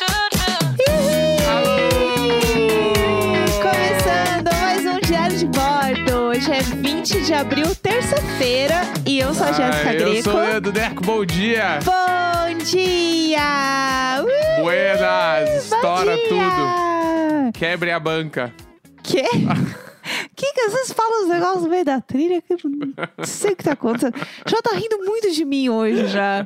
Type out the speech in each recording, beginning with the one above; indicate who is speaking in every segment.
Speaker 1: um é abril, terça-feira. E eu sou a Jéssica
Speaker 2: Ah, eu
Speaker 1: Greco.
Speaker 2: sou o Edu Deco, bom dia!
Speaker 1: Bom dia! Uh!
Speaker 2: Buenas, estoura
Speaker 1: Bom
Speaker 2: tudo.
Speaker 1: dia!
Speaker 2: Quebre a banca.
Speaker 1: Quê? que que às vezes fala uns negócios no meio da trilha que eu não sei o que tá acontecendo. Já tá rindo muito de mim hoje já.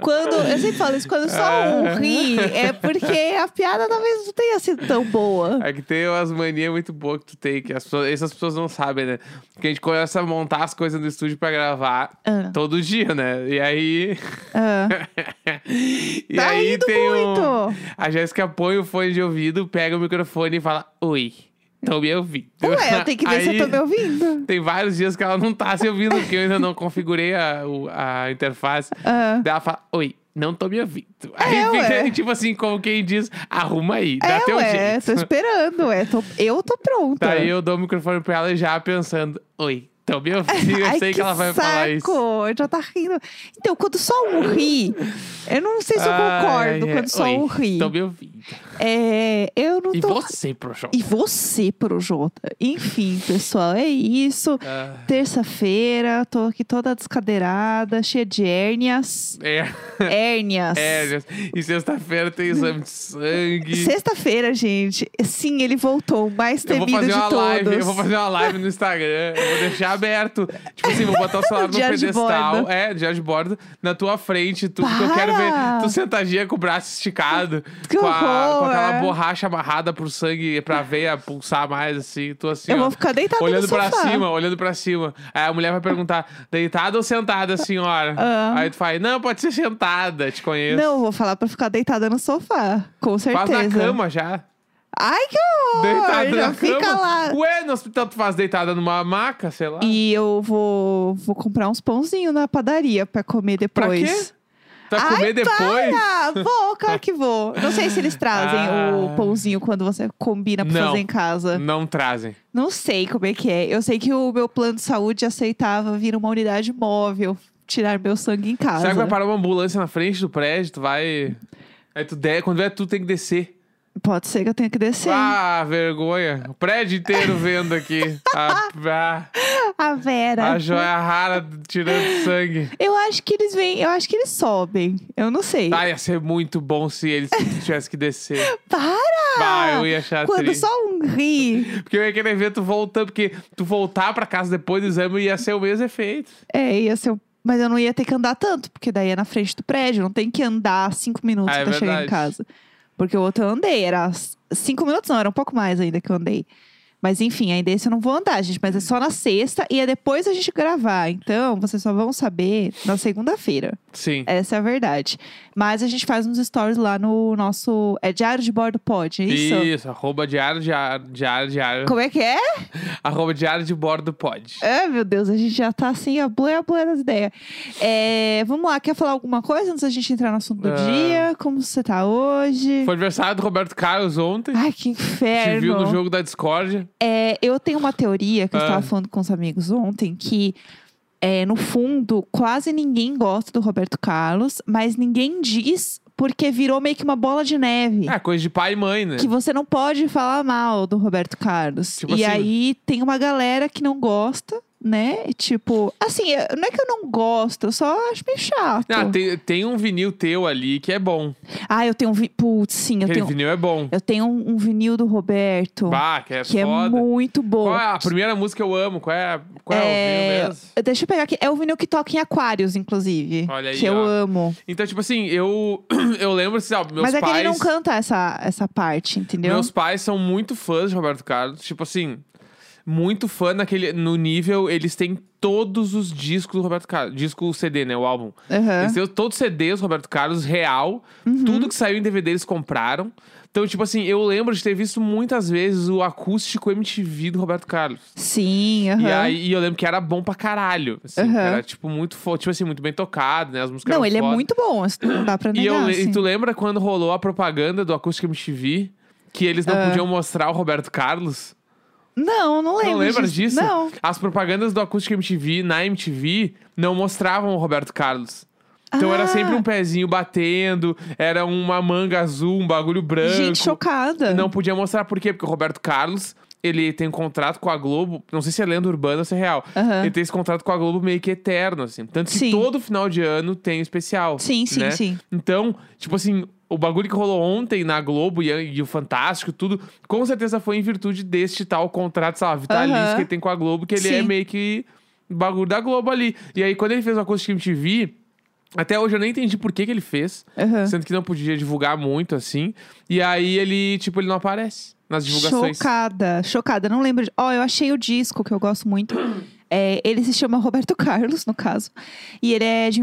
Speaker 1: Quando, eu sempre falo isso, quando só um ri, é porque a piada talvez não tenha sido tão boa.
Speaker 2: É que tem umas manias muito boas que tu tem, que as pessoas, essas pessoas não sabem, né? Porque a gente começa a montar as coisas no estúdio pra gravar
Speaker 1: Ah.
Speaker 2: todo dia, né? E aí.
Speaker 1: Ah.
Speaker 2: É. e
Speaker 1: Tá
Speaker 2: aí
Speaker 1: rindo
Speaker 2: tem um-
Speaker 1: muito.
Speaker 2: A Jéssica põe o fone de ouvido, pega o microfone e fala: Oi, tô me ouvindo.
Speaker 1: Ué, eu tenho que ver se eu tô
Speaker 2: Aí-
Speaker 1: me ouvindo.
Speaker 2: Tem vários dias que ela não tá se ouvindo, porque eu ainda não configurei a, o- a interface.
Speaker 1: Ah.
Speaker 2: Daí ela fala, oi, não tô me ouvindo.
Speaker 1: É,
Speaker 2: Aí fica
Speaker 1: ué.
Speaker 2: tipo assim, como quem diz, arruma aí, dá
Speaker 1: é,
Speaker 2: teu
Speaker 1: ué,
Speaker 2: jeito.
Speaker 1: tô esperando, ué. Tô- eu tô pronta.
Speaker 2: Daí eu dou o microfone pra ela já pensando, oi, tô me ouvindo. Eu
Speaker 1: Ai,
Speaker 2: sei que, ela vai
Speaker 1: saco.
Speaker 2: falar isso.
Speaker 1: Já tá rindo. Então, quando só um ri, eu não sei se eu
Speaker 2: Ai,
Speaker 1: concordo
Speaker 2: é,
Speaker 1: quando só
Speaker 2: oi,
Speaker 1: um ri.
Speaker 2: Tô me ouvindo.
Speaker 1: É, eu não
Speaker 2: E
Speaker 1: tô.
Speaker 2: você, Prochon?
Speaker 1: E você, Projota. Enfim, pessoal, é isso.
Speaker 2: Ah,
Speaker 1: Terça-feira, tô aqui toda descadeirada, cheia de hérnias.
Speaker 2: é,
Speaker 1: Hérnias.
Speaker 2: é, e sexta-feira tem exame de sangue.
Speaker 1: Sexta-feira, gente. Sim, ele voltou, o mais
Speaker 2: Eu
Speaker 1: temido
Speaker 2: vou fazer
Speaker 1: de
Speaker 2: uma
Speaker 1: todos.
Speaker 2: live, eu vou fazer uma live no Instagram, eu vou deixar aberto. Tipo assim, vou botar o celular no
Speaker 1: Diário de
Speaker 2: pedestal,
Speaker 1: bordo.
Speaker 2: é, diário de bordo, na tua frente, tu, porque eu quero ver
Speaker 1: Para!
Speaker 2: tu sentadinha com o braço esticado,
Speaker 1: Que
Speaker 2: com, a- com
Speaker 1: horror! é.
Speaker 2: aquela borracha amarrada pro sangue, pra veia pulsar mais, assim, tu assim,
Speaker 1: Eu
Speaker 2: ó,
Speaker 1: vou ficar deitada
Speaker 2: olhando
Speaker 1: no
Speaker 2: pra
Speaker 1: sofá.
Speaker 2: cima, olhando pra cima. Aí a mulher vai perguntar, deitada ou sentada, senhora?
Speaker 1: Ah.
Speaker 2: Aí tu fala, não, pode ser sentada, te conheço.
Speaker 1: Não, eu vou falar pra ficar deitada no sofá. Com certeza.
Speaker 2: Faz na cama já.
Speaker 1: Ai, que horror!
Speaker 2: Deitada
Speaker 1: Já
Speaker 2: na
Speaker 1: fica
Speaker 2: cama.
Speaker 1: lá.
Speaker 2: Ué, no hospital tu faz deitada numa maca, sei lá.
Speaker 1: E eu vou, vou comprar uns pãozinhos na padaria pra comer depois.
Speaker 2: quê? Tu vai comer
Speaker 1: Ai,
Speaker 2: depois?
Speaker 1: Para! Vou, claro que vou. Não sei se eles trazem
Speaker 2: Ah.
Speaker 1: o pãozinho quando você combina pra
Speaker 2: Não.
Speaker 1: fazer em casa.
Speaker 2: Não trazem.
Speaker 1: Não sei como é que é. Eu sei que o meu plano de saúde aceitava vir uma unidade móvel tirar meu sangue em casa.
Speaker 2: Será que vai parar uma ambulância na frente do prédio? Tu vai. Aí tu der, quando vier, tu tem que descer.
Speaker 1: Pode ser que eu tenha que descer.
Speaker 2: Ah, vergonha. O prédio inteiro vendo aqui. a,
Speaker 1: A
Speaker 2: a,
Speaker 1: Vera.
Speaker 2: a joia rara tirando sangue.
Speaker 1: Eu acho que eles vêm, eu acho que eles sobem. Eu não sei.
Speaker 2: Ah, ia ser muito bom se eles tivessem que descer. Ah,
Speaker 1: Para!
Speaker 2: eu ia achar
Speaker 1: Quando
Speaker 2: triste.
Speaker 1: só um ri,
Speaker 2: Porque eu ia querer ver tu voltando, porque tu voltar pra casa depois do exame ia ser o mesmo efeito.
Speaker 1: É, ia ser. um- Mas eu não ia ter que andar tanto, porque daí é na frente do prédio, não tem que andar cinco minutos
Speaker 2: Ah, é
Speaker 1: pra chegar em
Speaker 2: verdade.
Speaker 1: casa. Porque o outro eu andei, era s- cinco minutos, não, era um pouco mais ainda que eu andei. Mas enfim, ainda esse eu não vou andar, gente. Mas é só na sexta e é depois a gente gravar. Então, vocês só vão saber na segunda-feira.
Speaker 2: Sim.
Speaker 1: Essa é a verdade. Mas a gente faz uns stories lá no nosso. É Diário de Bordo Pod, é isso?
Speaker 2: arroba diário, diário, diário, diário.
Speaker 1: Como é que é?
Speaker 2: Arroba diário de bordo pode.
Speaker 1: Ah, meu Deus, a gente já tá assim, a blé, a blé das ideias. É, vamos lá, quer falar alguma coisa antes da gente entrar no assunto do
Speaker 2: Ah.
Speaker 1: dia? Como você tá hoje?
Speaker 2: Foi aniversário do Roberto Carlos ontem.
Speaker 1: Ai, que
Speaker 2: Te
Speaker 1: inferno.
Speaker 2: viu no jogo da Discord.
Speaker 1: É, eu tenho uma teoria que eu
Speaker 2: Ah.
Speaker 1: estava falando com os amigos ontem, que é, no fundo, quase ninguém gosta do Roberto Carlos, mas ninguém diz porque virou meio que uma bola de neve.
Speaker 2: É, coisa de pai e mãe, né?
Speaker 1: Que você não pode falar mal do Roberto Carlos.
Speaker 2: Tipo
Speaker 1: e
Speaker 2: assim-
Speaker 1: aí tem uma galera que não gosta, né? Tipo, assim, eu- não é que eu não gosto, eu só acho meio chato.
Speaker 2: Ah, tem, tem um vinil teu ali que é bom.
Speaker 1: Ah, eu tenho um vi... Putz, sim, eu
Speaker 2: Aquele
Speaker 1: tenho,
Speaker 2: vinil é bom.
Speaker 1: eu tenho um, um vinil do Roberto
Speaker 2: Bah, que é
Speaker 1: que é
Speaker 2: foda.
Speaker 1: muito bom.
Speaker 2: Qual é a primeira música que eu amo? Qual é, qual é, o vinil mesmo?
Speaker 1: Deixa eu pegar aqui. É o vinil que toca em aquários, inclusive.
Speaker 2: Olha aí,
Speaker 1: que eu
Speaker 2: ó.
Speaker 1: amo.
Speaker 2: Então, tipo assim, eu, eu lembro, assim, ó, meus
Speaker 1: Mas é que
Speaker 2: pais...
Speaker 1: ele não canta essa, essa parte, entendeu?
Speaker 2: Meus pais são muito fãs de Roberto Carlos. Tipo assim, muito fã naquele, no nível, eles têm todos os discos do Roberto Carlos. Disco CD, né? O álbum.
Speaker 1: Aham. Uhum.
Speaker 2: Eles têm todos os CDs do Roberto Carlos, real. Tudo que saiu em DVD eles compraram. Então, tipo assim, eu lembro de ter visto muitas vezes o acústico MTV do Roberto Carlos.
Speaker 1: Sim, aham.
Speaker 2: E aí e eu lembro que era bom pra caralho. assim,
Speaker 1: Aham.
Speaker 2: Era, tipo, muito fo- tipo assim, muito bem tocado, né? As músicas
Speaker 1: Não,
Speaker 2: eram
Speaker 1: ele é
Speaker 2: foda.
Speaker 1: muito bom, isso não dá pra
Speaker 2: E, eu,
Speaker 1: negar.
Speaker 2: le- e
Speaker 1: assim.
Speaker 2: tu lembra quando rolou a propaganda do Acústica MTV? Que eles não podiam mostrar o Roberto Carlos?
Speaker 1: Não, não lembro.
Speaker 2: não lembra disso?
Speaker 1: Não.
Speaker 2: As propagandas do Acústica MTV na MTV não mostravam o Roberto Carlos. Então era
Speaker 1: Ah.
Speaker 2: sempre um pezinho batendo, era uma manga azul, um bagulho branco.
Speaker 1: Gente chocada.
Speaker 2: Não podia mostrar por quê? Porque o Roberto Carlos ele tem um contrato com a Globo, não sei se é lenda urbana ou se é real.
Speaker 1: Aham.
Speaker 2: Ele tem esse contrato com a Globo meio que eterno, assim. Tanto que
Speaker 1: Sim.
Speaker 2: todo final de ano tem o especial.
Speaker 1: Sim, sim,
Speaker 2: né?
Speaker 1: sim.
Speaker 2: Então, tipo assim, o bagulho que rolou ontem na Globo e, e o Fantástico, tudo, com certeza foi em virtude deste tal contrato, sei lá, vitalício
Speaker 1: Aham.
Speaker 2: que ele tem com a Globo, que ele é
Speaker 1: Sim.
Speaker 2: meio que bagulho da Globo ali. E aí, quando ele fez uma coisa que MTV, até hoje eu nem entendi por que, que ele fez.
Speaker 1: Aham.
Speaker 2: Sendo que não podia divulgar muito, assim. E aí ele, tipo, ele não aparece nas divulgações.
Speaker 1: Chocada, chocada. Não lembro. de- Ó, eu achei o disco que eu gosto muito. É, ele se chama Roberto Carlos, no caso. E ele é de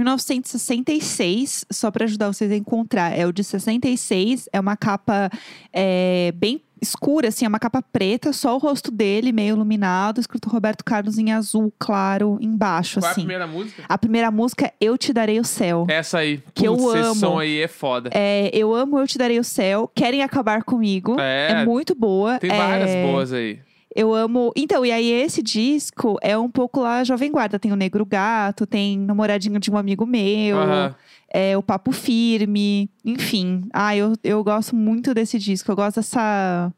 Speaker 1: 1966, só pra ajudar vocês a encontrar. É o de 66, é uma capa é, bem escura, assim, é uma capa preta, só o rosto dele meio iluminado, escrito Roberto Carlos em azul claro embaixo,
Speaker 2: Qual é a
Speaker 1: assim.
Speaker 2: primeira É. música?
Speaker 1: A primeira música é Eu Te Darei o Céu.
Speaker 2: Essa aí.
Speaker 1: Que eu
Speaker 2: Putz, Esse
Speaker 1: amo.
Speaker 2: som aí é foda.
Speaker 1: É, eu amo Eu Te Darei o Céu. Querem acabar comigo.
Speaker 2: É.
Speaker 1: muito boa.
Speaker 2: Tem
Speaker 1: é,
Speaker 2: várias boas aí.
Speaker 1: Eu amo. Então, e aí esse disco é um pouco lá Jovem Guarda. Tem o Negro Gato, tem Namoradinho de um Amigo Meu,
Speaker 2: Aham.
Speaker 1: é, o Papo Firme, enfim. Ah, eu, eu gosto muito desse disco. Eu gosto dessa.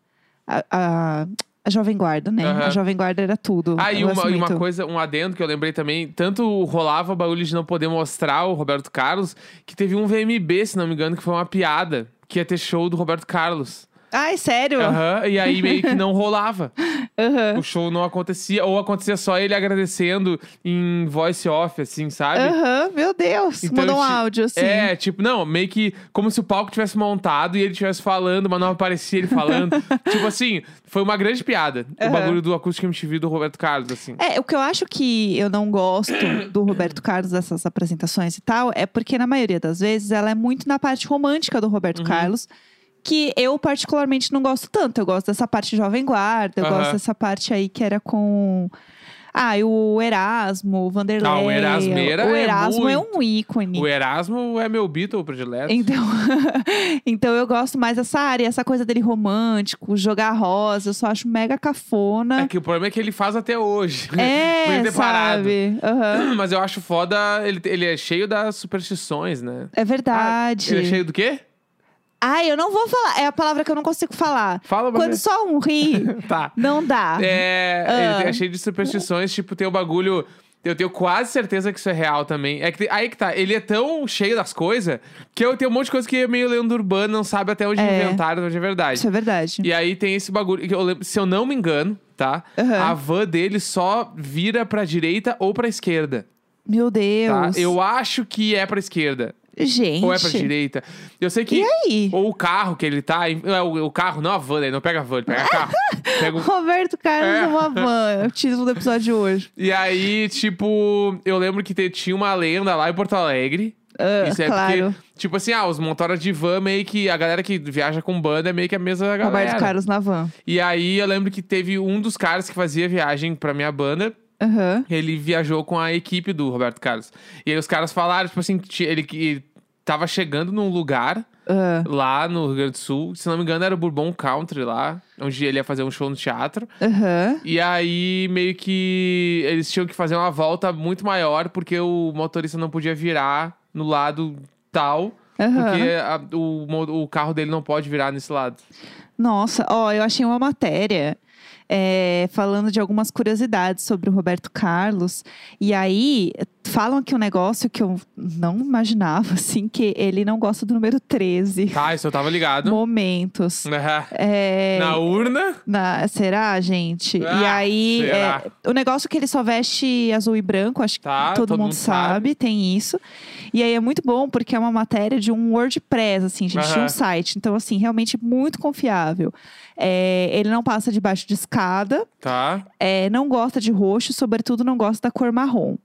Speaker 1: A, a- a Jovem Guarda, né?
Speaker 2: Aham.
Speaker 1: A Jovem Guarda era tudo.
Speaker 2: Ah, e
Speaker 1: Eu gosto
Speaker 2: uma, e uma
Speaker 1: muito.
Speaker 2: coisa, um adendo que eu lembrei também. Tanto rolava o bagulho de não poder mostrar o Roberto Carlos, que teve um VMB, se não me engano, que foi uma piada. Que ia ter show do Roberto Carlos.
Speaker 1: Ai, sério?
Speaker 2: Aham, E aí meio que não rolava.
Speaker 1: Aham.
Speaker 2: O show não acontecia. Ou acontecia só ele agradecendo em voice off, assim, sabe?
Speaker 1: Aham, meu Deus.
Speaker 2: Então,
Speaker 1: Mandou um
Speaker 2: ti-
Speaker 1: áudio, assim.
Speaker 2: É, tipo, não, meio que como se o palco tivesse montado e ele estivesse falando, mas não aparecia ele falando. tipo assim, foi uma grande piada. O
Speaker 1: Aham.
Speaker 2: bagulho do acústico MTV do Roberto Carlos, assim.
Speaker 1: É, o que eu acho que eu não gosto do Roberto Carlos, dessas apresentações e tal, é porque na maioria das vezes ela é muito na parte romântica do
Speaker 2: Uhum.
Speaker 1: Roberto Carlos, que eu particularmente não gosto tanto. Eu gosto dessa parte Jovem Guarda, eu
Speaker 2: Aham.
Speaker 1: gosto dessa parte aí que era com. Ah, e o Erasmo, o Vanderlei.
Speaker 2: Ah, o Erasmeira
Speaker 1: O
Speaker 2: é
Speaker 1: Erasmo é,
Speaker 2: muito.
Speaker 1: um ícone.
Speaker 2: O Erasmo é meu Beatle predileto.
Speaker 1: Então, então eu gosto mais dessa área, essa coisa dele romântico, jogar rosa, eu só acho mega cafona.
Speaker 2: É que o problema é que ele faz até hoje. Podia
Speaker 1: É,
Speaker 2: ter parado.
Speaker 1: sabe? Aham.
Speaker 2: Mas eu acho foda, ele, ele é cheio das superstições, né?
Speaker 1: É verdade.
Speaker 2: Ele é cheio do quê?
Speaker 1: Ai, eu não vou falar. É a palavra que eu não consigo falar.
Speaker 2: Fala,
Speaker 1: Quando
Speaker 2: Maria.
Speaker 1: só um ri,
Speaker 2: Tá.
Speaker 1: não dá.
Speaker 2: É,
Speaker 1: Ah.
Speaker 2: ele é cheio de superstições, tipo, tem o bagulho. Eu tenho quase certeza que isso é real também. É que tem- aí que tá, ele é tão cheio das coisas que eu tenho um monte de coisa que é meio lendo urbano, não sabe até onde
Speaker 1: É.
Speaker 2: inventaram, onde é verdade.
Speaker 1: Isso é verdade.
Speaker 2: E aí tem esse bagulho, que eu lembro- se eu não me engano, tá?
Speaker 1: Aham.
Speaker 2: A van dele só vira pra direita ou pra esquerda.
Speaker 1: Meu
Speaker 2: Tá?
Speaker 1: Deus.
Speaker 2: Eu acho que é pra esquerda.
Speaker 1: Gente.
Speaker 2: Ou é pra direita. Eu sei que.
Speaker 1: E aí?
Speaker 2: Ou o carro que ele tá. em- é, O, o carro, não a van, ele não pega a van, ele pega carro. pega o
Speaker 1: Roberto Carlos
Speaker 2: É.
Speaker 1: é. uma van. É o título do episódio de hoje.
Speaker 2: E aí, tipo, eu lembro que te- tinha uma lenda lá em Porto Alegre.
Speaker 1: Ah,
Speaker 2: Isso é
Speaker 1: claro.
Speaker 2: porque, tipo assim, ah, os montoras de van meio que. A galera que viaja com banda é meio que a mesma galera.
Speaker 1: Roberto Carlos na van.
Speaker 2: E aí eu lembro que teve um dos caras que fazia viagem pra minha banda.
Speaker 1: Aham.
Speaker 2: Ele viajou com a equipe do Roberto Carlos. E aí os caras falaram, tipo assim, que ti- ele, que ele tava chegando num lugar
Speaker 1: Ah,
Speaker 2: lá no Rio Grande do Sul. Se não me engano, era o Bourbon Country lá, onde ele ia fazer um show no teatro.
Speaker 1: Aham.
Speaker 2: E aí, meio que eles tinham que fazer uma volta muito maior, porque o motorista não podia virar no lado tal, porque
Speaker 1: Aham.
Speaker 2: a- o, mo- o carro dele não pode virar nesse lado.
Speaker 1: Nossa, ó, eu achei uma matéria é, falando de algumas curiosidades sobre o Roberto Carlos. E aí, falam aqui um negócio que eu não imaginava, assim, que ele não gosta do número 13.
Speaker 2: Tá, isso eu tava ligado.
Speaker 1: Momentos.
Speaker 2: Aham.
Speaker 1: É,
Speaker 2: Na urna?
Speaker 1: na- será, gente? e
Speaker 2: Ah,
Speaker 1: aí,
Speaker 2: será?
Speaker 1: é, o negócio que ele só veste azul e branco, acho que
Speaker 2: Tá,
Speaker 1: todo,
Speaker 2: todo
Speaker 1: mundo,
Speaker 2: mundo
Speaker 1: sabe,
Speaker 2: sabe.
Speaker 1: tem isso. E aí é muito bom, porque é uma matéria de um WordPress, assim, gente, de
Speaker 2: Aham.
Speaker 1: um site. Então, assim, realmente muito confiável. É, ele não passa debaixo de escada,
Speaker 2: Tá.
Speaker 1: é, não gosta de roxo, sobretudo não gosta da cor marrom.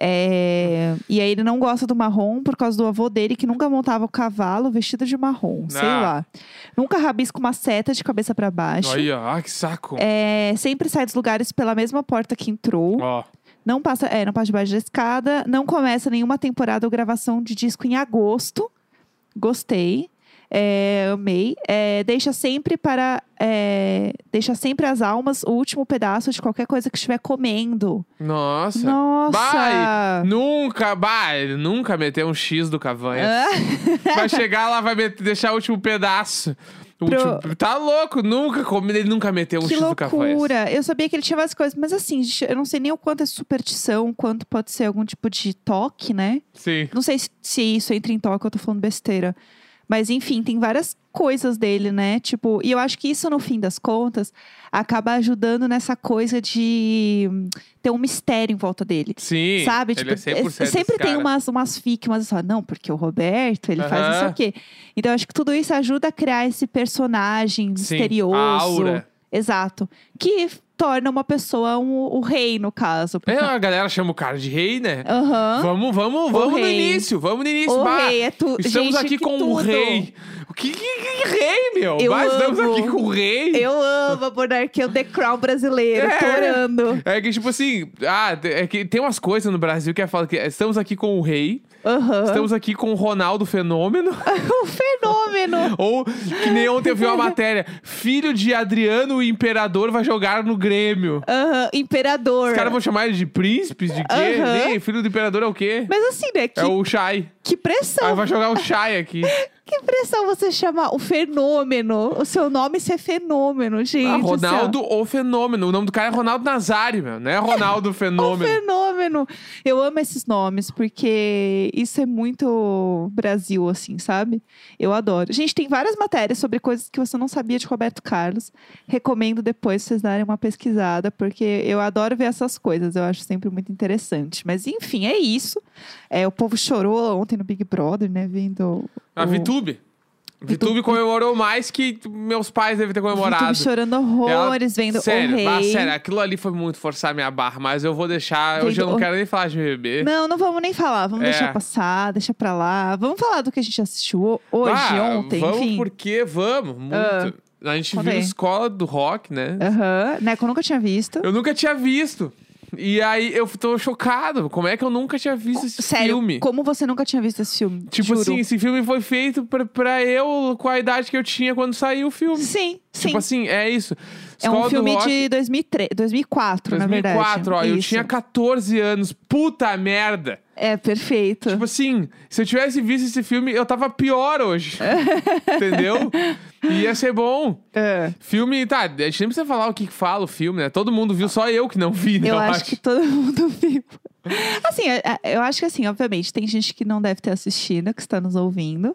Speaker 1: É, e aí ele não gosta do marrom por causa do avô dele que nunca montava o cavalo vestido de marrom, sei
Speaker 2: Ah.
Speaker 1: lá. Nunca rabisca uma seta de cabeça pra baixo.
Speaker 2: Aí, ó. Ah, que saco.
Speaker 1: É, sempre sai dos lugares pela mesma porta que entrou.
Speaker 2: Ó.
Speaker 1: Não passa, é, não passa debaixo da escada. Não começa nenhuma temporada ou gravação de disco em agosto. Gostei. É, amei. É, deixa sempre para. é, deixa sempre as almas o último pedaço de qualquer coisa que estiver comendo.
Speaker 2: Nossa.
Speaker 1: Nossa! Ah,
Speaker 2: Vai! Nunca, bah, ele nunca meteu um X do Cavanha.
Speaker 1: Ah,
Speaker 2: Vai chegar lá, vai met- deixar o último pedaço. O
Speaker 1: Pro-
Speaker 2: último- Tá louco, nunca comi, ele nunca meteu um
Speaker 1: que
Speaker 2: X do café.
Speaker 1: loucura! Eu sabia que ele tinha várias coisas, mas assim, gente, eu não sei nem o quanto é superstição, quanto pode ser algum tipo de toque, né?
Speaker 2: Sim.
Speaker 1: Não sei se, se isso entra em toque, eu tô falando besteira. Mas enfim, tem várias coisas dele, né? Tipo, e eu acho que isso, no fim das contas, acaba ajudando nessa coisa de hum, ter um mistério em volta dele.
Speaker 2: Sim.
Speaker 1: Sabe?
Speaker 2: Ele
Speaker 1: tipo,
Speaker 2: é 100%
Speaker 1: é-
Speaker 2: esse
Speaker 1: sempre tem
Speaker 2: cara.
Speaker 1: umas, umas fic, umas só, não, porque o Roberto, ele faz não sei
Speaker 2: Aham.
Speaker 1: o quê. Então, eu acho que tudo isso ajuda a criar esse personagem
Speaker 2: Sim,
Speaker 1: misterioso.
Speaker 2: A aura.
Speaker 1: Exato. Que f- torna uma pessoa um, o rei, no caso.
Speaker 2: É,
Speaker 1: porque-
Speaker 2: a galera chama o cara de rei, né?
Speaker 1: Aham.
Speaker 2: Vamos, vamos, vamos no
Speaker 1: rei.
Speaker 2: início. Vamos no início.
Speaker 1: O
Speaker 2: bah.
Speaker 1: rei é tudo.
Speaker 2: Estamos
Speaker 1: gente,
Speaker 2: aqui
Speaker 1: que
Speaker 2: com o
Speaker 1: tudo.
Speaker 2: rei. O que, que- que rei, meu?
Speaker 1: Eu
Speaker 2: Mas estamos
Speaker 1: amo.
Speaker 2: aqui com o rei.
Speaker 1: Eu amo a monarquia The Crown brasileira,
Speaker 2: É.
Speaker 1: tô orando.
Speaker 2: É que, tipo assim, ah, te- é que tem umas coisas no Brasil que é fala que estamos aqui com o rei,
Speaker 1: Aham.
Speaker 2: estamos aqui com o Ronaldo Fenômeno,
Speaker 1: um fenômeno.
Speaker 2: ou que nem ontem eu vi uma matéria: filho de Adriano, o imperador, vai jogar no Grêmio.
Speaker 1: Aham, Imperador.
Speaker 2: Os caras vão chamar ele de príncipes, de quê?
Speaker 1: Aham.
Speaker 2: Nem, filho do imperador é o quê?
Speaker 1: Mas assim, né? Que,
Speaker 2: É o Shai.
Speaker 1: que
Speaker 2: Aí
Speaker 1: pressão.
Speaker 2: vai jogar o Shai aqui.
Speaker 1: Que pressão você chamar o fenômeno. O seu nome ser fenômeno, gente.
Speaker 2: Ah,
Speaker 1: assim, ó.
Speaker 2: Ronaldo o Fenômeno. O nome do cara é Ronaldo Nazari, meu. Não é Ronaldo
Speaker 1: O
Speaker 2: Fenômeno.
Speaker 1: um
Speaker 2: É
Speaker 1: fenômeno. Eu amo esses nomes, porque isso é muito Brasil, assim, sabe? Eu adoro. Gente, tem várias matérias sobre coisas que você não sabia de Roberto Carlos. Recomendo depois vocês darem uma pesquisada, porque eu adoro ver essas coisas. Eu acho sempre muito interessante. Mas, enfim, é isso. É, o povo chorou ontem no Big Brother, né? Vendo.
Speaker 2: A
Speaker 1: o-
Speaker 2: Vitube. Vitube
Speaker 1: Vitube.
Speaker 2: comemorou mais que meus pais devem ter comemorado. É
Speaker 1: VTube chorando horrores, vendo
Speaker 2: sério,
Speaker 1: o rei.
Speaker 2: bah, sério, aquilo ali foi muito forçar minha barra, mas eu vou deixar. Hoje eu
Speaker 1: Vendo
Speaker 2: não
Speaker 1: o-
Speaker 2: quero nem falar de BBB.
Speaker 1: Não, não vamos nem falar. Vamos
Speaker 2: É.
Speaker 1: deixar passar, deixa pra lá. Vamos falar do que a gente assistiu ho- hoje,
Speaker 2: Ah,
Speaker 1: ontem,
Speaker 2: vamos
Speaker 1: enfim. Ah,
Speaker 2: porque vamos, muito. a gente
Speaker 1: conta
Speaker 2: viu
Speaker 1: aí.
Speaker 2: Escola do Rock, né?
Speaker 1: Aham, né? Que eu nunca tinha visto.
Speaker 2: Eu nunca tinha visto. E aí eu tô chocado. Como é que eu nunca tinha visto esse
Speaker 1: Sério,
Speaker 2: filme?
Speaker 1: como você nunca tinha visto esse filme?
Speaker 2: Tipo
Speaker 1: Juro.
Speaker 2: assim, esse filme foi feito pra, pra eu com a idade que eu tinha quando saiu o filme.
Speaker 1: Sim, sim.
Speaker 2: Tipo assim, é isso.
Speaker 1: é
Speaker 2: Escola
Speaker 1: um
Speaker 2: do
Speaker 1: filme
Speaker 2: Rock,
Speaker 1: de 2003, 2004, na verdade.
Speaker 2: 2004, ó. Eu
Speaker 1: Isso.
Speaker 2: tinha 14 anos. Puta merda.
Speaker 1: É, perfeito.
Speaker 2: Tipo assim, se eu tivesse visto esse filme, eu tava pior hoje. Entendeu? E Ia ser bom.
Speaker 1: É.
Speaker 2: Filme, tá, a gente nem precisa falar o que que fala o filme, né? Todo mundo viu, só eu que não vi, né?
Speaker 1: Eu acho que todo mundo viu. Assim, é- é- eu acho que assim, obviamente, tem gente que não deve ter assistido, que está nos ouvindo.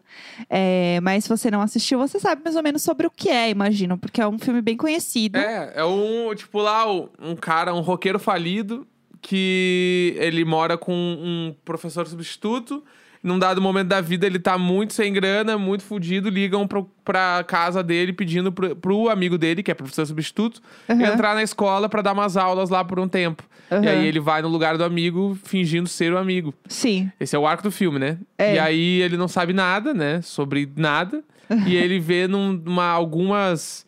Speaker 1: É, mas se você não assistiu, você sabe mais ou menos sobre o que é, imagino. Porque é um filme bem conhecido.
Speaker 2: É, é um, tipo lá, o- um cara, um roqueiro falido, que ele mora com um professor substituto. Num dado momento da vida, ele tá muito sem grana, muito fudido. Ligam pro, pra casa dele pedindo pro, pro amigo dele, que é professor substituto,
Speaker 1: Aham.
Speaker 2: entrar na escola pra dar umas aulas lá por um tempo. E
Speaker 1: Aham.
Speaker 2: aí ele vai no lugar do amigo, fingindo ser o amigo.
Speaker 1: Sim.
Speaker 2: Esse é o arco do filme, né?
Speaker 1: É.
Speaker 2: E aí ele não sabe nada, né? Sobre nada. e ele vê num- numa, algumas.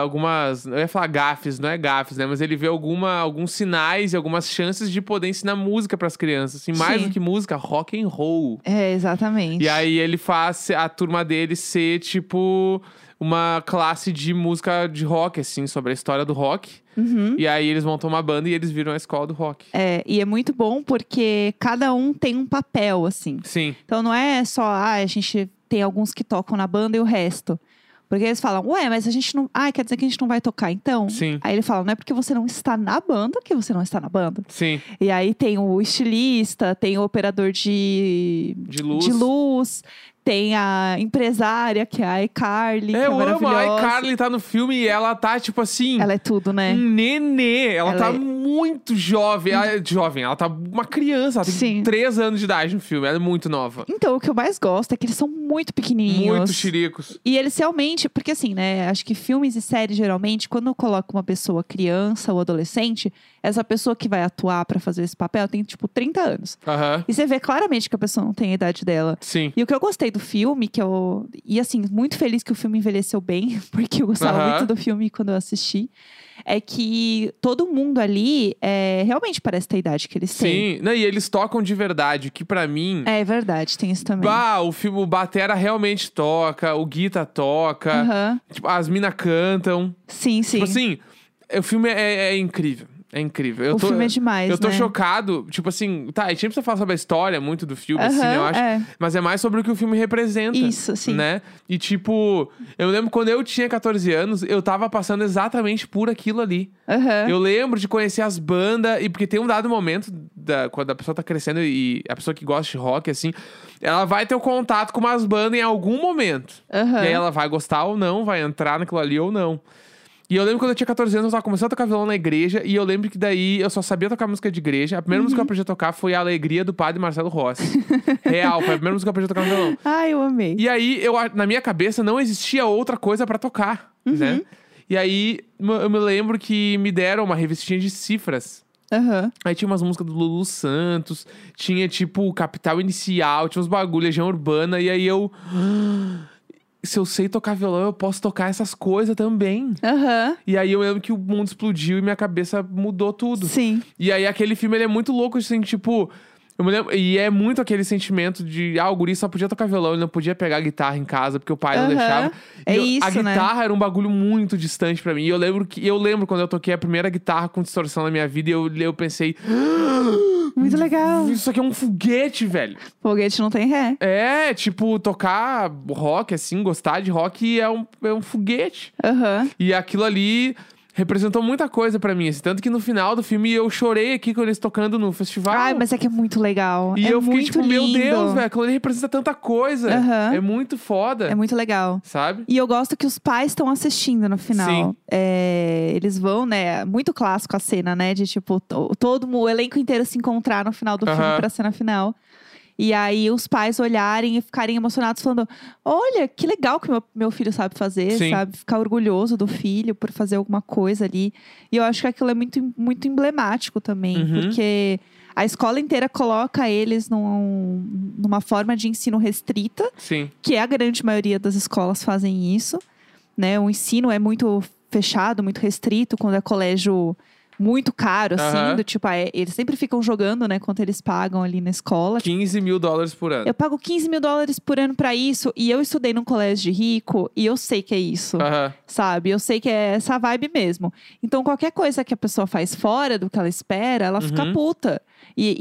Speaker 2: Algumas. Eu ia falar gafes, não é gafes, né? Mas ele vê alguma, alguns sinais e algumas chances de poder ensinar música pras crianças. Assim, mais
Speaker 1: Sim.
Speaker 2: do que música, rock and roll.
Speaker 1: É, exatamente.
Speaker 2: E aí ele faz a turma dele ser, tipo, uma classe de música de rock, assim, sobre a história do rock.
Speaker 1: Uhum.
Speaker 2: E aí eles montam uma banda e eles viram a escola do rock.
Speaker 1: É, e é muito bom porque cada um tem um papel, assim.
Speaker 2: Sim.
Speaker 1: Então não é só, ah, a gente tem alguns que tocam na banda e o resto. Porque eles falam, ué, mas a gente não. Ah, quer dizer que a gente não vai tocar então?
Speaker 2: Sim.
Speaker 1: Aí ele fala, não é porque você não está na banda que você não está na banda.
Speaker 2: Sim.
Speaker 1: E aí tem o estilista, tem o operador de,
Speaker 2: De luz.
Speaker 1: de luz, tem a empresária, que é a iCarly, que é
Speaker 2: eu amo.
Speaker 1: maravilhosa.
Speaker 2: A iCarly tá no filme e ela tá, tipo assim,
Speaker 1: Ela é tudo, né?
Speaker 2: um nenê. Ela,
Speaker 1: Ela
Speaker 2: tá
Speaker 1: é- Hum.
Speaker 2: muito jovem. Ela é jovem, ela tá uma criança. Ela tem
Speaker 1: Sim.
Speaker 2: 3 anos de idade no filme. Ela é muito nova.
Speaker 1: Então, o que eu mais gosto é que eles são muito pequenininhos.
Speaker 2: Muito xiricos.
Speaker 1: E eles realmente, porque assim, né? Acho que filmes e séries, geralmente, quando coloca uma pessoa criança ou adolescente, essa pessoa que vai atuar pra fazer esse papel tem, tipo, 30 anos.
Speaker 2: Aham.
Speaker 1: E você vê claramente que a pessoa não tem a idade dela.
Speaker 2: Sim.
Speaker 1: E o que eu gostei do filme, que eu. E assim, muito feliz que o filme envelheceu bem, porque eu gostava
Speaker 2: Aham.
Speaker 1: muito do filme quando eu assisti. É que todo mundo ali é, realmente parece ter a idade que eles têm.
Speaker 2: Sim. Não, e eles tocam de verdade, o que pra mim.
Speaker 1: É verdade, tem isso também.
Speaker 2: Bah, o filme o Batera realmente toca, o Guita toca,
Speaker 1: Aham.
Speaker 2: tipo, as mina cantam.
Speaker 1: Sim, sim.
Speaker 2: Tipo assim, é- o filme é, é incrível. É incrível. Eu
Speaker 1: o
Speaker 2: tô,
Speaker 1: filme é demais,
Speaker 2: Eu tô
Speaker 1: né?
Speaker 2: chocado. Tipo assim, tá, a gente nem precisa falar sobre a história muito do filme, assim,
Speaker 1: Aham,
Speaker 2: eu acho.
Speaker 1: é.
Speaker 2: Mas é mais sobre o que o filme representa.
Speaker 1: Isso, sim.
Speaker 2: Né? E tipo, eu lembro quando eu tinha 14 anos, eu tava passando exatamente por aquilo ali.
Speaker 1: Aham.
Speaker 2: Eu lembro de conhecer as bandas, e porque tem um dado momento, da, quando a pessoa tá crescendo e a pessoa que gosta de rock, assim, ela vai ter o contato com umas bandas em algum momento.
Speaker 1: Aham.
Speaker 2: E aí ela vai gostar ou não, vai entrar naquilo ali ou não. E eu lembro quando eu tinha 14 anos, eu tava começando a tocar violão na igreja, e eu lembro que daí eu só sabia tocar música de igreja. A primeira música que eu aprendi a tocar foi A Alegria do Padre Marcelo Rossi. Real, foi a primeira música que eu aprendi a tocar no violão.
Speaker 1: Ai, eu amei.
Speaker 2: E aí, eu, a- na minha cabeça, não existia outra coisa pra tocar, né? E aí, m- eu me lembro que me deram uma revistinha de cifras.
Speaker 1: Aham.
Speaker 2: Aí tinha umas músicas do Lulu Santos, tinha tipo Capital Inicial, tinha uns bagulho, Legião Urbana, e aí eu. "Ah, Se eu sei tocar violão, eu posso tocar essas coisas também.
Speaker 1: Aham.
Speaker 2: E aí eu lembro que o mundo explodiu e minha cabeça mudou tudo.
Speaker 1: Sim.
Speaker 2: E aí aquele filme ele é muito louco, assim, tipo. Eu me lembro, e é muito aquele sentimento de, ah, o guri só podia tocar violão, ele não podia pegar guitarra em casa, porque o pai não
Speaker 1: Aham.
Speaker 2: deixava.
Speaker 1: É
Speaker 2: E eu- a
Speaker 1: isso, né?
Speaker 2: guitarra era um bagulho muito distante pra mim. E eu lembro que eu lembro quando eu toquei a primeira guitarra com distorção na minha vida, e eu, eu pensei,
Speaker 1: Muito legal.
Speaker 2: isso aqui é um foguete, velho.
Speaker 1: Foguete não tem ré.
Speaker 2: É, tipo, tocar rock, assim, gostar de rock é um, é um foguete.
Speaker 1: Aham.
Speaker 2: E aquilo ali representou muita coisa pra mim. assim. Tanto que no final do filme eu chorei aqui com eles tocando no festival.
Speaker 1: Ai, mas é que é muito legal.
Speaker 2: E
Speaker 1: é
Speaker 2: eu fiquei
Speaker 1: muito
Speaker 2: tipo, meu
Speaker 1: lindo.
Speaker 2: Deus, velho, aquilo ali representa tanta coisa.
Speaker 1: Aham.
Speaker 2: É muito foda,
Speaker 1: É muito legal.
Speaker 2: sabe?
Speaker 1: E eu gosto que os pais estão assistindo no final.
Speaker 2: Sim.
Speaker 1: É, eles vão, né? Muito clássico a cena, né? De tipo, to- todo mu- o elenco inteiro se encontrar no final do
Speaker 2: Aham.
Speaker 1: filme pra cena final. E aí os pais olharem e ficarem emocionados, falando: Olha, que legal que meu, meu filho sabe fazer,
Speaker 2: Sim.
Speaker 1: sabe? Ficar orgulhoso do filho por fazer alguma coisa ali. E eu acho que aquilo é muito, muito emblemático também,
Speaker 2: Uhum.
Speaker 1: porque a escola inteira coloca eles num- numa forma de ensino restrita
Speaker 2: Sim.
Speaker 1: que é a grande maioria das escolas fazem isso, né? O ensino é muito fechado, muito restrito quando é colégio muito caro, assim,
Speaker 2: Aham.
Speaker 1: do tipo, ah, é- eles sempre ficam jogando, né, quanto eles pagam ali na escola.
Speaker 2: 15 mil dólares por ano.
Speaker 1: Eu pago 15 mil dólares por ano pra isso, e eu estudei num colégio de rico, e eu sei que é isso,
Speaker 2: Aham.
Speaker 1: sabe? Eu sei que é essa vibe mesmo. Então, qualquer coisa que a pessoa faz fora do que ela espera, ela fica
Speaker 2: Uhum.
Speaker 1: puta. E,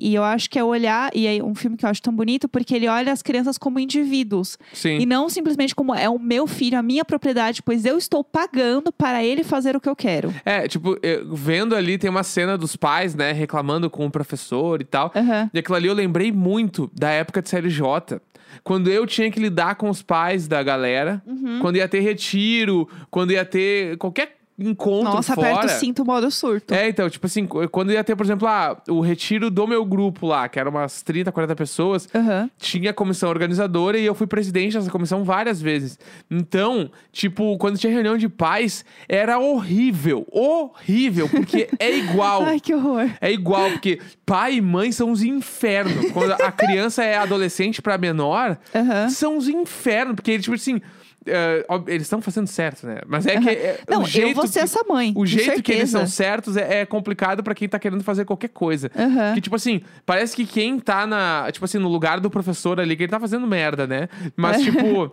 Speaker 1: e, e eu acho que é olhar, e é um filme que eu acho tão bonito, porque ele olha as crianças como indivíduos. E
Speaker 2: Sim.
Speaker 1: não simplesmente como é o meu filho, a minha propriedade, pois eu estou pagando para ele fazer o que eu quero.
Speaker 2: É, tipo, eu- vendo ali, tem uma cena dos pais, né, reclamando com o professor e tal.
Speaker 1: Aham.
Speaker 2: E aquilo ali eu lembrei muito da época de CLJ. Quando eu tinha que lidar com os pais da galera,
Speaker 1: Uhum.
Speaker 2: quando ia ter retiro, quando ia ter qualquer encontro
Speaker 1: Nossa,
Speaker 2: fora.
Speaker 1: aperta o cinto, modo surto.
Speaker 2: É, então, tipo assim, qu- quando ia ter, por exemplo, ah, o retiro do meu grupo lá, que era umas 30, 40 pessoas,
Speaker 1: Aham.
Speaker 2: tinha comissão organizadora e eu fui presidente dessa comissão várias vezes. Então, tipo, quando tinha reunião de pais, era horrível. Horrível, porque é igual.
Speaker 1: Ai, que horror.
Speaker 2: É igual, porque pai e mãe são os infernos. Quando a criança é adolescente pra menor,
Speaker 1: Aham.
Speaker 2: são os infernos. Porque, tipo assim, eh, ó, eles estão fazendo certo, né? Mas é que. eh,
Speaker 1: Não,
Speaker 2: o jeito
Speaker 1: eu vou ser
Speaker 2: que-
Speaker 1: essa mãe.
Speaker 2: o
Speaker 1: com
Speaker 2: jeito que eles
Speaker 1: certeza.
Speaker 2: são certos é, é complicado pra quem tá querendo fazer qualquer coisa.
Speaker 1: Aham.
Speaker 2: Que, tipo assim, parece que quem tá na, tipo assim, no lugar do professor ali, que ele tá fazendo merda, né? Mas, tipo.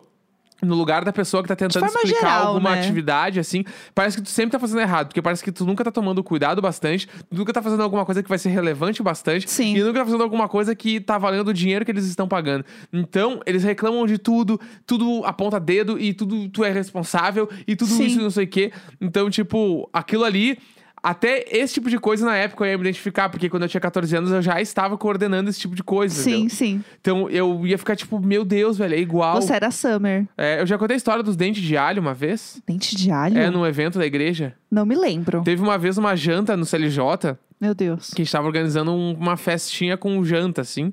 Speaker 2: No lugar da pessoa que tá tentando
Speaker 1: É. forma
Speaker 2: explicar
Speaker 1: geral,
Speaker 2: alguma
Speaker 1: né?
Speaker 2: atividade, assim, parece que tu sempre tá fazendo errado, porque parece que tu nunca tá tomando cuidado bastante, tu nunca tá fazendo alguma coisa que vai ser relevante bastante,
Speaker 1: Sim.
Speaker 2: e nunca tá fazendo alguma coisa que tá valendo o dinheiro que eles estão pagando. Então, eles reclamam de tudo, tudo aponta dedo e tudo tu é responsável e tudo
Speaker 1: Sim.
Speaker 2: isso não sei o quê. Então, tipo, aquilo ali. Até esse tipo de coisa na época eu ia me identificar, porque quando eu tinha 14 anos eu já estava coordenando esse tipo de coisa.
Speaker 1: Sim,
Speaker 2: entendeu?
Speaker 1: sim.
Speaker 2: Então eu ia ficar tipo, meu Deus, velho, é igual.
Speaker 1: Você era Summer.
Speaker 2: É, eu já contei a história dos dentes de alho uma vez.
Speaker 1: Dente de alho?
Speaker 2: É, num evento da igreja.
Speaker 1: Não me lembro.
Speaker 2: Teve uma vez uma janta no CLJ
Speaker 1: Meu Deus.
Speaker 2: que a gente tava organizando um- uma festinha com janta, assim.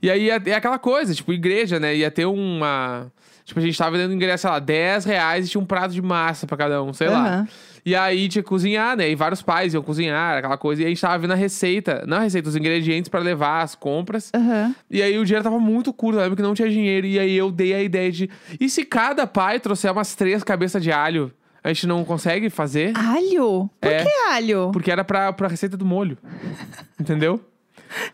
Speaker 2: E aí é aquela coisa, tipo, igreja, né? Ia ter uma. Tipo, a gente tava vendendo ingresso, sei lá, 10 reais e tinha um prato de massa pra cada um, sei lá.
Speaker 1: Aham.
Speaker 2: E aí tinha que cozinhar, né? E vários pais iam cozinhar, aquela coisa. E a gente tava vendo a receita, não a receita, os ingredientes pra levar as compras.
Speaker 1: Aham.
Speaker 2: E aí o dinheiro tava muito curto, eu lembro que não tinha dinheiro. E aí eu dei a ideia de. E se cada pai trouxer umas três cabeças de alho, a gente não consegue fazer?
Speaker 1: Ah, Alho? Por
Speaker 2: É.
Speaker 1: que alho?
Speaker 2: Porque era pra, pra receita do molho. Entendeu?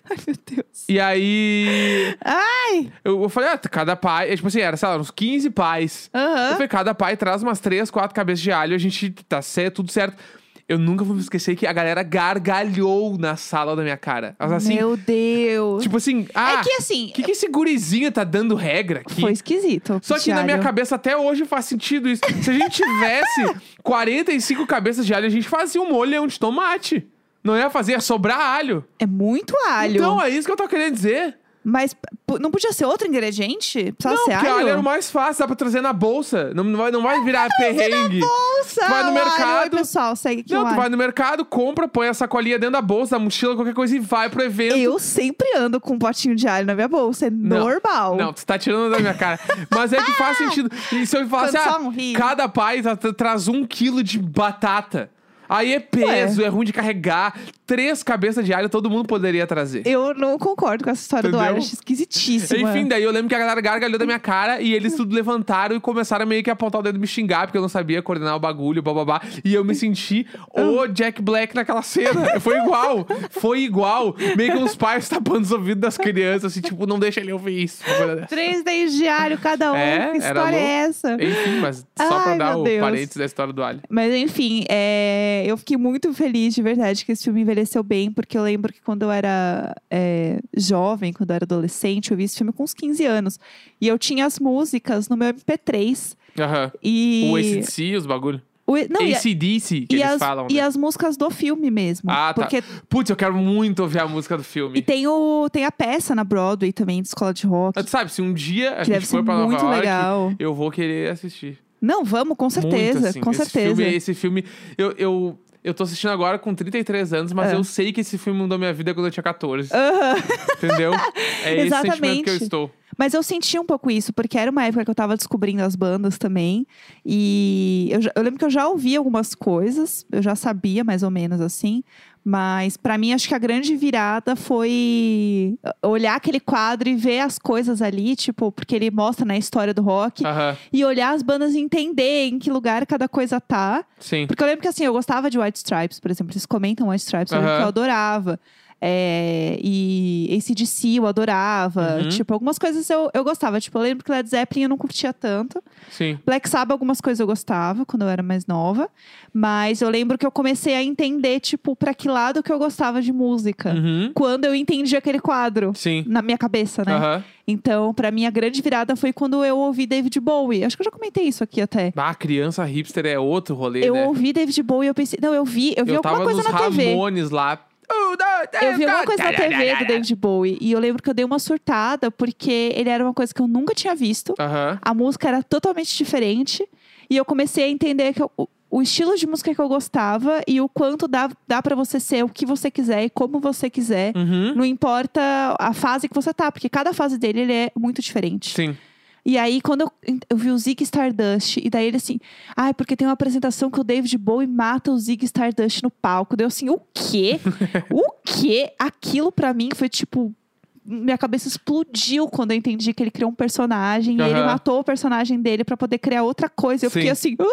Speaker 1: Ai, meu Deus.
Speaker 2: E aí.
Speaker 1: Ai!
Speaker 2: Eu, eu falei, ah, cada pai. é, Tipo assim, era, sei lá, uns 15 pais. Eu
Speaker 1: Aham.
Speaker 2: falei, cada pai traz umas três, quatro cabeças de alho, a gente tá certo, tudo certo. Eu nunca vou me esquecer que a galera gargalhou na sala da minha cara. Elas assim,
Speaker 1: Meu Deus.
Speaker 2: tipo assim, ah,
Speaker 1: é que assim,
Speaker 2: que, que esse gurizinho tá dando regra aqui?
Speaker 1: foi esquisito.
Speaker 2: Só que na minha
Speaker 1: Thiago.
Speaker 2: cabeça até hoje faz sentido isso. Se a gente tivesse 45 cabeças de alho, a gente fazia um molhão de tomate. Não ia fazer, ia sobrar alho.
Speaker 1: É muito alho.
Speaker 2: Então é isso que eu tô querendo dizer.
Speaker 1: Mas p- não podia ser outro ingrediente? Precisava
Speaker 2: não,
Speaker 1: ser
Speaker 2: porque
Speaker 1: alho?
Speaker 2: alho é era o mais fácil, dá pra trazer na bolsa. Não, não vai, não vai virar perrengue.
Speaker 1: Bolsa,
Speaker 2: Tu vai no
Speaker 1: o alho.
Speaker 2: mercado-
Speaker 1: Oi, pessoal, segue aqui o
Speaker 2: Não, tu
Speaker 1: alho.
Speaker 2: vai no mercado, compra, põe a sacolinha dentro da bolsa, da mochila, qualquer coisa e vai pro evento.
Speaker 1: Eu sempre ando com um potinho de alho na minha bolsa, é
Speaker 2: Não,
Speaker 1: normal.
Speaker 2: Não, tu tá tirando da minha cara. Mas é que faz sentido. E se eu falasse,
Speaker 1: Quando
Speaker 2: ah,
Speaker 1: só um ri.
Speaker 2: cada pai tra- tra- traz um quilo de batata. Aí é peso, é ruim de carregar. Três cabeças de alho todo mundo poderia trazer.
Speaker 1: Eu não concordo com essa história do
Speaker 2: Entendeu?
Speaker 1: alho, acho esquisitíssima.
Speaker 2: Enfim, daí eu lembro que a galera gargalhou da minha cara e eles tudo levantaram e começaram a meio que apontar o dedo e me xingar, porque eu não sabia coordenar o bagulho, bababá. E eu me senti
Speaker 1: Ah.
Speaker 2: o Jack Black naquela cena. Foi igual, foi igual. Meio que uns pais tapando os ouvidos das crianças, assim, tipo, não deixa ele ouvir isso. uma coisa dessa.
Speaker 1: Três dentes de alho cada um,
Speaker 2: É,
Speaker 1: que
Speaker 2: era
Speaker 1: história é
Speaker 2: louco.
Speaker 1: essa?
Speaker 2: Enfim, mas só pra
Speaker 1: Ai,
Speaker 2: dar
Speaker 1: meu
Speaker 2: o
Speaker 1: Deus.
Speaker 2: parênteses da história do alho.
Speaker 1: Mas enfim, é, eu fiquei muito feliz de verdade que esse filme envelheceu bem, porque eu lembro que quando eu era é, jovem, quando eu era adolescente, eu vi esse filme com uns 15 anos. E eu tinha as músicas no meu MP3.
Speaker 2: Aham.
Speaker 1: E.
Speaker 2: O ACDC, os bagulho.
Speaker 1: o- não, e,
Speaker 2: ACDC, que
Speaker 1: e
Speaker 2: eles
Speaker 1: as,
Speaker 2: falam.
Speaker 1: e
Speaker 2: né?
Speaker 1: as músicas do filme mesmo.
Speaker 2: Ah, tá.
Speaker 1: porque
Speaker 2: Putz, eu quero muito ouvir a música do
Speaker 1: E
Speaker 2: filme.
Speaker 1: tem, o, tem a peça na Broadway também, de escola de rock.
Speaker 2: Mas tu sabe, se um dia a
Speaker 1: que deve
Speaker 2: gente for
Speaker 1: ser
Speaker 2: pra Nova
Speaker 1: muito
Speaker 2: York,
Speaker 1: legal.
Speaker 2: eu vou querer assistir.
Speaker 1: Não, vamos, com certeza,
Speaker 2: Muito, assim.
Speaker 1: com
Speaker 2: Esse
Speaker 1: certeza.
Speaker 2: Filme, esse filme, eu, eu, eu tô assistindo agora com 33 anos, mas
Speaker 1: É.
Speaker 2: eu sei que esse filme mudou minha vida quando eu tinha 14.
Speaker 1: Aham.
Speaker 2: Entendeu? É esse sentimento que eu
Speaker 1: Exatamente.
Speaker 2: estou.
Speaker 1: Mas eu senti um pouco isso, porque era uma época que eu tava descobrindo as bandas também. E eu, já- eu lembro que eu já ouvi algumas coisas, eu já sabia mais ou menos assim. Mas pra mim, acho que a grande virada foi olhar aquele quadro e ver as coisas ali, tipo, porque ele mostra na história do rock.
Speaker 2: Aham,
Speaker 1: E olhar as bandas e entender em que lugar cada coisa tá.
Speaker 2: sim.
Speaker 1: Porque eu lembro que assim, eu gostava de White Stripes, por exemplo. Eles comentam White Stripes, eu lembro
Speaker 2: Aham.
Speaker 1: que eu adorava. É, e ACDC eu adorava.
Speaker 2: Uhum.
Speaker 1: Tipo, algumas coisas eu, eu gostava. Tipo, eu lembro que Led Zeppelin eu não curtia tanto.
Speaker 2: Sim.
Speaker 1: Black Sabbath, algumas coisas eu gostava quando eu era mais nova. Mas eu lembro que eu comecei a entender, tipo, pra que lado que eu gostava de música.
Speaker 2: Uhum.
Speaker 1: Quando eu entendi aquele quadro.
Speaker 2: Sim.
Speaker 1: Na minha cabeça, né?
Speaker 2: Aham.
Speaker 1: Então, pra mim, a grande virada foi quando eu ouvi David Bowie. Acho que eu já comentei isso aqui até.
Speaker 2: Ah, criança hipster é outro rolê,
Speaker 1: Eu
Speaker 2: né?
Speaker 1: ouvi David Bowie e eu pensei. Não, eu vi, eu vi alguma
Speaker 2: tava
Speaker 1: coisa
Speaker 2: nos
Speaker 1: na TV.
Speaker 2: Ramones lá. Um, dois, três,
Speaker 1: Eu vi alguma
Speaker 2: quatro.
Speaker 1: coisa na TV do David Bowie. E eu lembro que eu dei uma surtada, porque ele era uma coisa que eu nunca tinha visto.
Speaker 2: Aham.
Speaker 1: A música era totalmente diferente. E eu comecei a entender que eu- o- o estilo de música que eu gostava e o quanto dá, dá para você ser o que você quiser e como você quiser.
Speaker 2: Uhum.
Speaker 1: Não importa a fase que você tá, porque cada fase dele ele é muito diferente.
Speaker 2: Sim.
Speaker 1: E aí, quando eu, eu vi o Zig Stardust, e daí ele assim, ah, é porque tem uma apresentação que o David Bowie mata o Zig Stardust no palco. Daí eu assim, o quê? o quê? Aquilo pra mim foi tipo. Minha cabeça explodiu quando eu entendi que ele criou um personagem e ele
Speaker 2: Aham.
Speaker 1: matou o personagem dele pra poder criar outra coisa. Eu
Speaker 2: Sim.
Speaker 1: fiquei assim. "Ah!"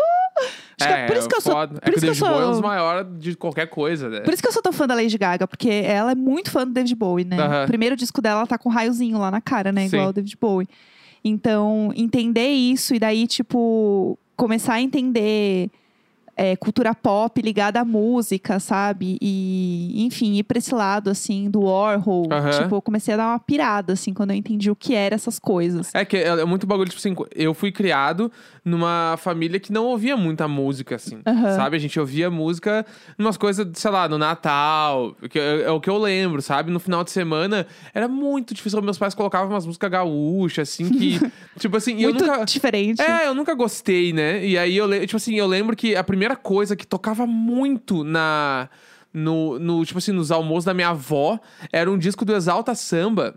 Speaker 1: Acho que é por isso que eu sou.
Speaker 2: foda.
Speaker 1: por
Speaker 2: é que
Speaker 1: isso
Speaker 2: o
Speaker 1: que eu
Speaker 2: David Bowie é um dos
Speaker 1: sou-
Speaker 2: maiores de qualquer coisa, né?
Speaker 1: Por isso que eu sou tão fã da Lady Gaga, porque ela é muito fã do David Bowie, né?
Speaker 2: Aham.
Speaker 1: O primeiro disco dela ela tá com um raiozinho lá na cara, né?
Speaker 2: Sim.
Speaker 1: Igual o David Bowie. Então, entender isso e daí, tipo, começar a entender é, cultura pop ligada à música, sabe? E, enfim, ir pra esse lado, assim, do Warhol.
Speaker 2: Aham.
Speaker 1: Tipo, eu comecei a dar uma pirada, assim, quando eu entendi o que eram essas coisas.
Speaker 2: É que é é muito bagulho, tipo assim, eu fui criado numa família que não ouvia muita música, assim,
Speaker 1: Aham.
Speaker 2: sabe? A gente ouvia música umas coisas, sei lá, no Natal, que é, é o que eu lembro, sabe? No final de semana, era muito difícil, meus pais colocavam umas músicas gaúchas, assim, que, tipo assim, e eu
Speaker 1: muito
Speaker 2: nunca...
Speaker 1: diferente.
Speaker 2: É, eu nunca gostei, né? E aí eu, le- tipo assim, eu lembro que a primeira coisa que tocava muito na no, no- tipo assim, nos almoços da minha avó era um disco do Exalta Samba.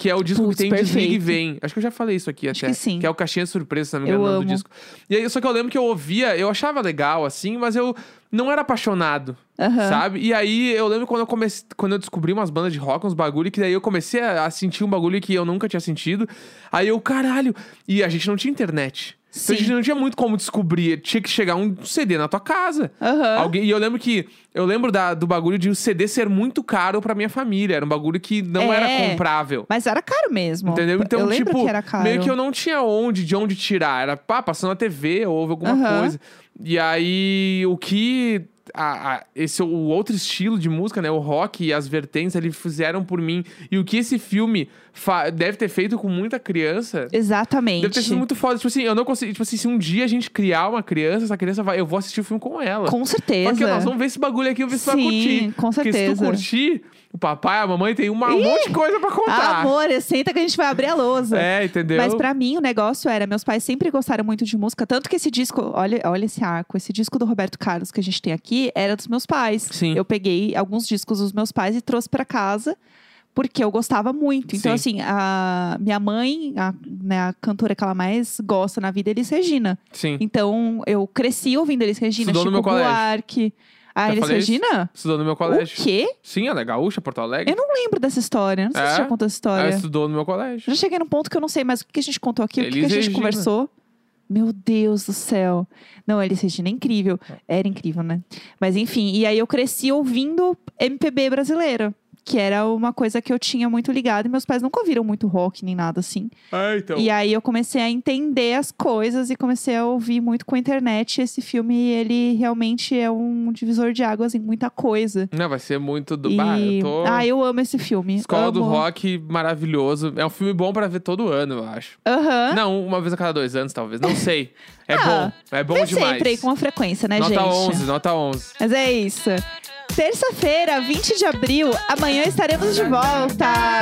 Speaker 2: Que é o disco
Speaker 1: Putz,
Speaker 2: que tem Desliga e
Speaker 1: perfeito.
Speaker 2: Vem. Acho que eu já falei isso aqui
Speaker 1: Acho
Speaker 2: até.
Speaker 1: que sim.
Speaker 2: é o Caixinha de Surpresa, se não me engano, é
Speaker 1: Eu
Speaker 2: o nome do
Speaker 1: amo.
Speaker 2: disco. E aí, só que eu lembro que eu ouvia, eu achava legal, assim, mas eu não era apaixonado.
Speaker 1: Aham.
Speaker 2: Sabe? E aí eu lembro quando eu comecei, quando eu descobri umas bandas de rock, uns bagulho, que daí eu comecei a, a sentir um bagulho que eu nunca tinha sentido. Aí eu, caralho, e a gente não tinha internet. Então a
Speaker 1: Sim.
Speaker 2: gente não tinha muito como descobrir, tinha que chegar um CD na tua casa.
Speaker 1: Aham.
Speaker 2: Alguém, e eu lembro que eu lembro da- do bagulho de o CD ser muito caro pra minha família, era um bagulho que não era
Speaker 1: É.
Speaker 2: comprável.
Speaker 1: Mas era caro mesmo.
Speaker 2: Entendeu? Então,
Speaker 1: eu lembro
Speaker 2: tipo,
Speaker 1: que era caro.
Speaker 2: meio que eu não tinha onde, de onde tirar. Era pá, passando na TV, ou houve alguma
Speaker 1: Aham.
Speaker 2: coisa. E aí, o que a- a- esse o outro estilo de música, né? O rock e as vertentes ali fizeram por mim. E o que esse filme fa- deve ter feito com muita criança.
Speaker 1: Exatamente.
Speaker 2: Deve ter sido muito foda. Tipo assim, eu não consigo. Tipo assim, se um dia a gente criar uma criança, essa criança vai. Eu vou assistir o filme com ela.
Speaker 1: Com certeza.
Speaker 2: Tipo, Porque nós vamos ver esse bagulho aqui, vamos ver se tu vai
Speaker 1: Sim,
Speaker 2: curtir.
Speaker 1: com
Speaker 2: Porque se tu
Speaker 1: certeza.
Speaker 2: curtir, o papai, a mamãe tem uma, um monte de coisa pra
Speaker 1: Ah,
Speaker 2: contar.
Speaker 1: amor, senta que a gente vai abrir a lousa.
Speaker 2: é, entendeu?
Speaker 1: Mas pra mim o negócio era, meus pais sempre gostaram muito de música, tanto que esse disco, olha, olha esse arco, esse disco do Roberto Carlos que a gente tem aqui era dos meus pais.
Speaker 2: Sim.
Speaker 1: Eu peguei alguns discos dos meus pais e trouxe pra casa. Porque eu gostava muito. Então, assim, a minha mãe, a, né, a cantora que ela mais gosta na vida é Elis Regina.
Speaker 2: Sim.
Speaker 1: Então, eu cresci ouvindo Elis Regina,
Speaker 2: Estudou no
Speaker 1: Chico
Speaker 2: meu colégio.
Speaker 1: Buarque. A
Speaker 2: Já
Speaker 1: Elis
Speaker 2: falei isso?
Speaker 1: Regina?
Speaker 2: Estudou no meu colégio.
Speaker 1: O quê?
Speaker 2: Sim, ela é gaúcha, Porto Alegre.
Speaker 1: Eu não lembro dessa história. Não sei
Speaker 2: É?
Speaker 1: se você já contou essa
Speaker 2: Ela
Speaker 1: história.
Speaker 2: estudou no meu colégio.
Speaker 1: Já cheguei num ponto que eu não sei mais o que que a gente contou aqui, o que que,
Speaker 2: Elis
Speaker 1: a gente
Speaker 2: Regina.
Speaker 1: conversou. Meu Deus do céu. Não, Elis Regina é incrível. Era incrível, né? Mas enfim, e aí eu cresci ouvindo MPB brasileira. Que era uma coisa que eu tinha muito ligado. E meus pais nunca ouviram muito rock nem nada assim.
Speaker 2: Ah, então.
Speaker 1: E aí eu comecei a entender as coisas e comecei a ouvir muito com a internet. E esse filme, ele realmente é um divisor de águas em muita coisa.
Speaker 2: Não, vai ser muito do.
Speaker 1: e...
Speaker 2: Bah, eu tô.
Speaker 1: Ah, eu amo esse filme.
Speaker 2: Escola do
Speaker 1: Amo.
Speaker 2: Rock, maravilhoso. É um filme bom pra ver todo ano, eu acho.
Speaker 1: Aham.
Speaker 2: Não, uma vez a cada dois anos, talvez. Não sei. É
Speaker 1: Ah,
Speaker 2: bom. É bom
Speaker 1: Vê
Speaker 2: demais.
Speaker 1: sempre aí com a frequência, né,
Speaker 2: nota
Speaker 1: gente?
Speaker 2: 11, nota 11.
Speaker 1: Mas é isso. Terça-feira, 20 de abril, amanhã estaremos de volta.